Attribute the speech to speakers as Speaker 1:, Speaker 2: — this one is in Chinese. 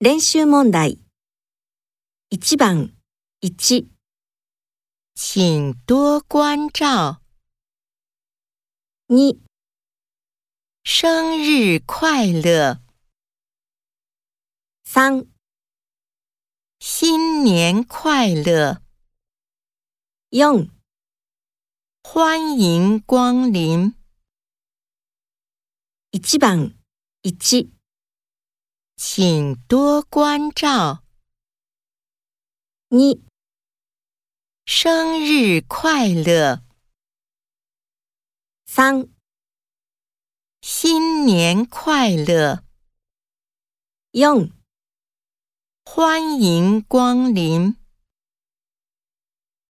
Speaker 1: 練習問題。1番、1、
Speaker 2: 请多关照，
Speaker 1: 2、
Speaker 2: 生日快乐，
Speaker 1: 3、
Speaker 2: 新年快乐，
Speaker 1: 4、
Speaker 2: 欢迎光临，
Speaker 1: 1番、1、
Speaker 2: 请多关照，
Speaker 1: 2、
Speaker 2: 生日快乐，
Speaker 1: 3、
Speaker 2: 新年快乐，
Speaker 1: 4
Speaker 2: 欢迎光临。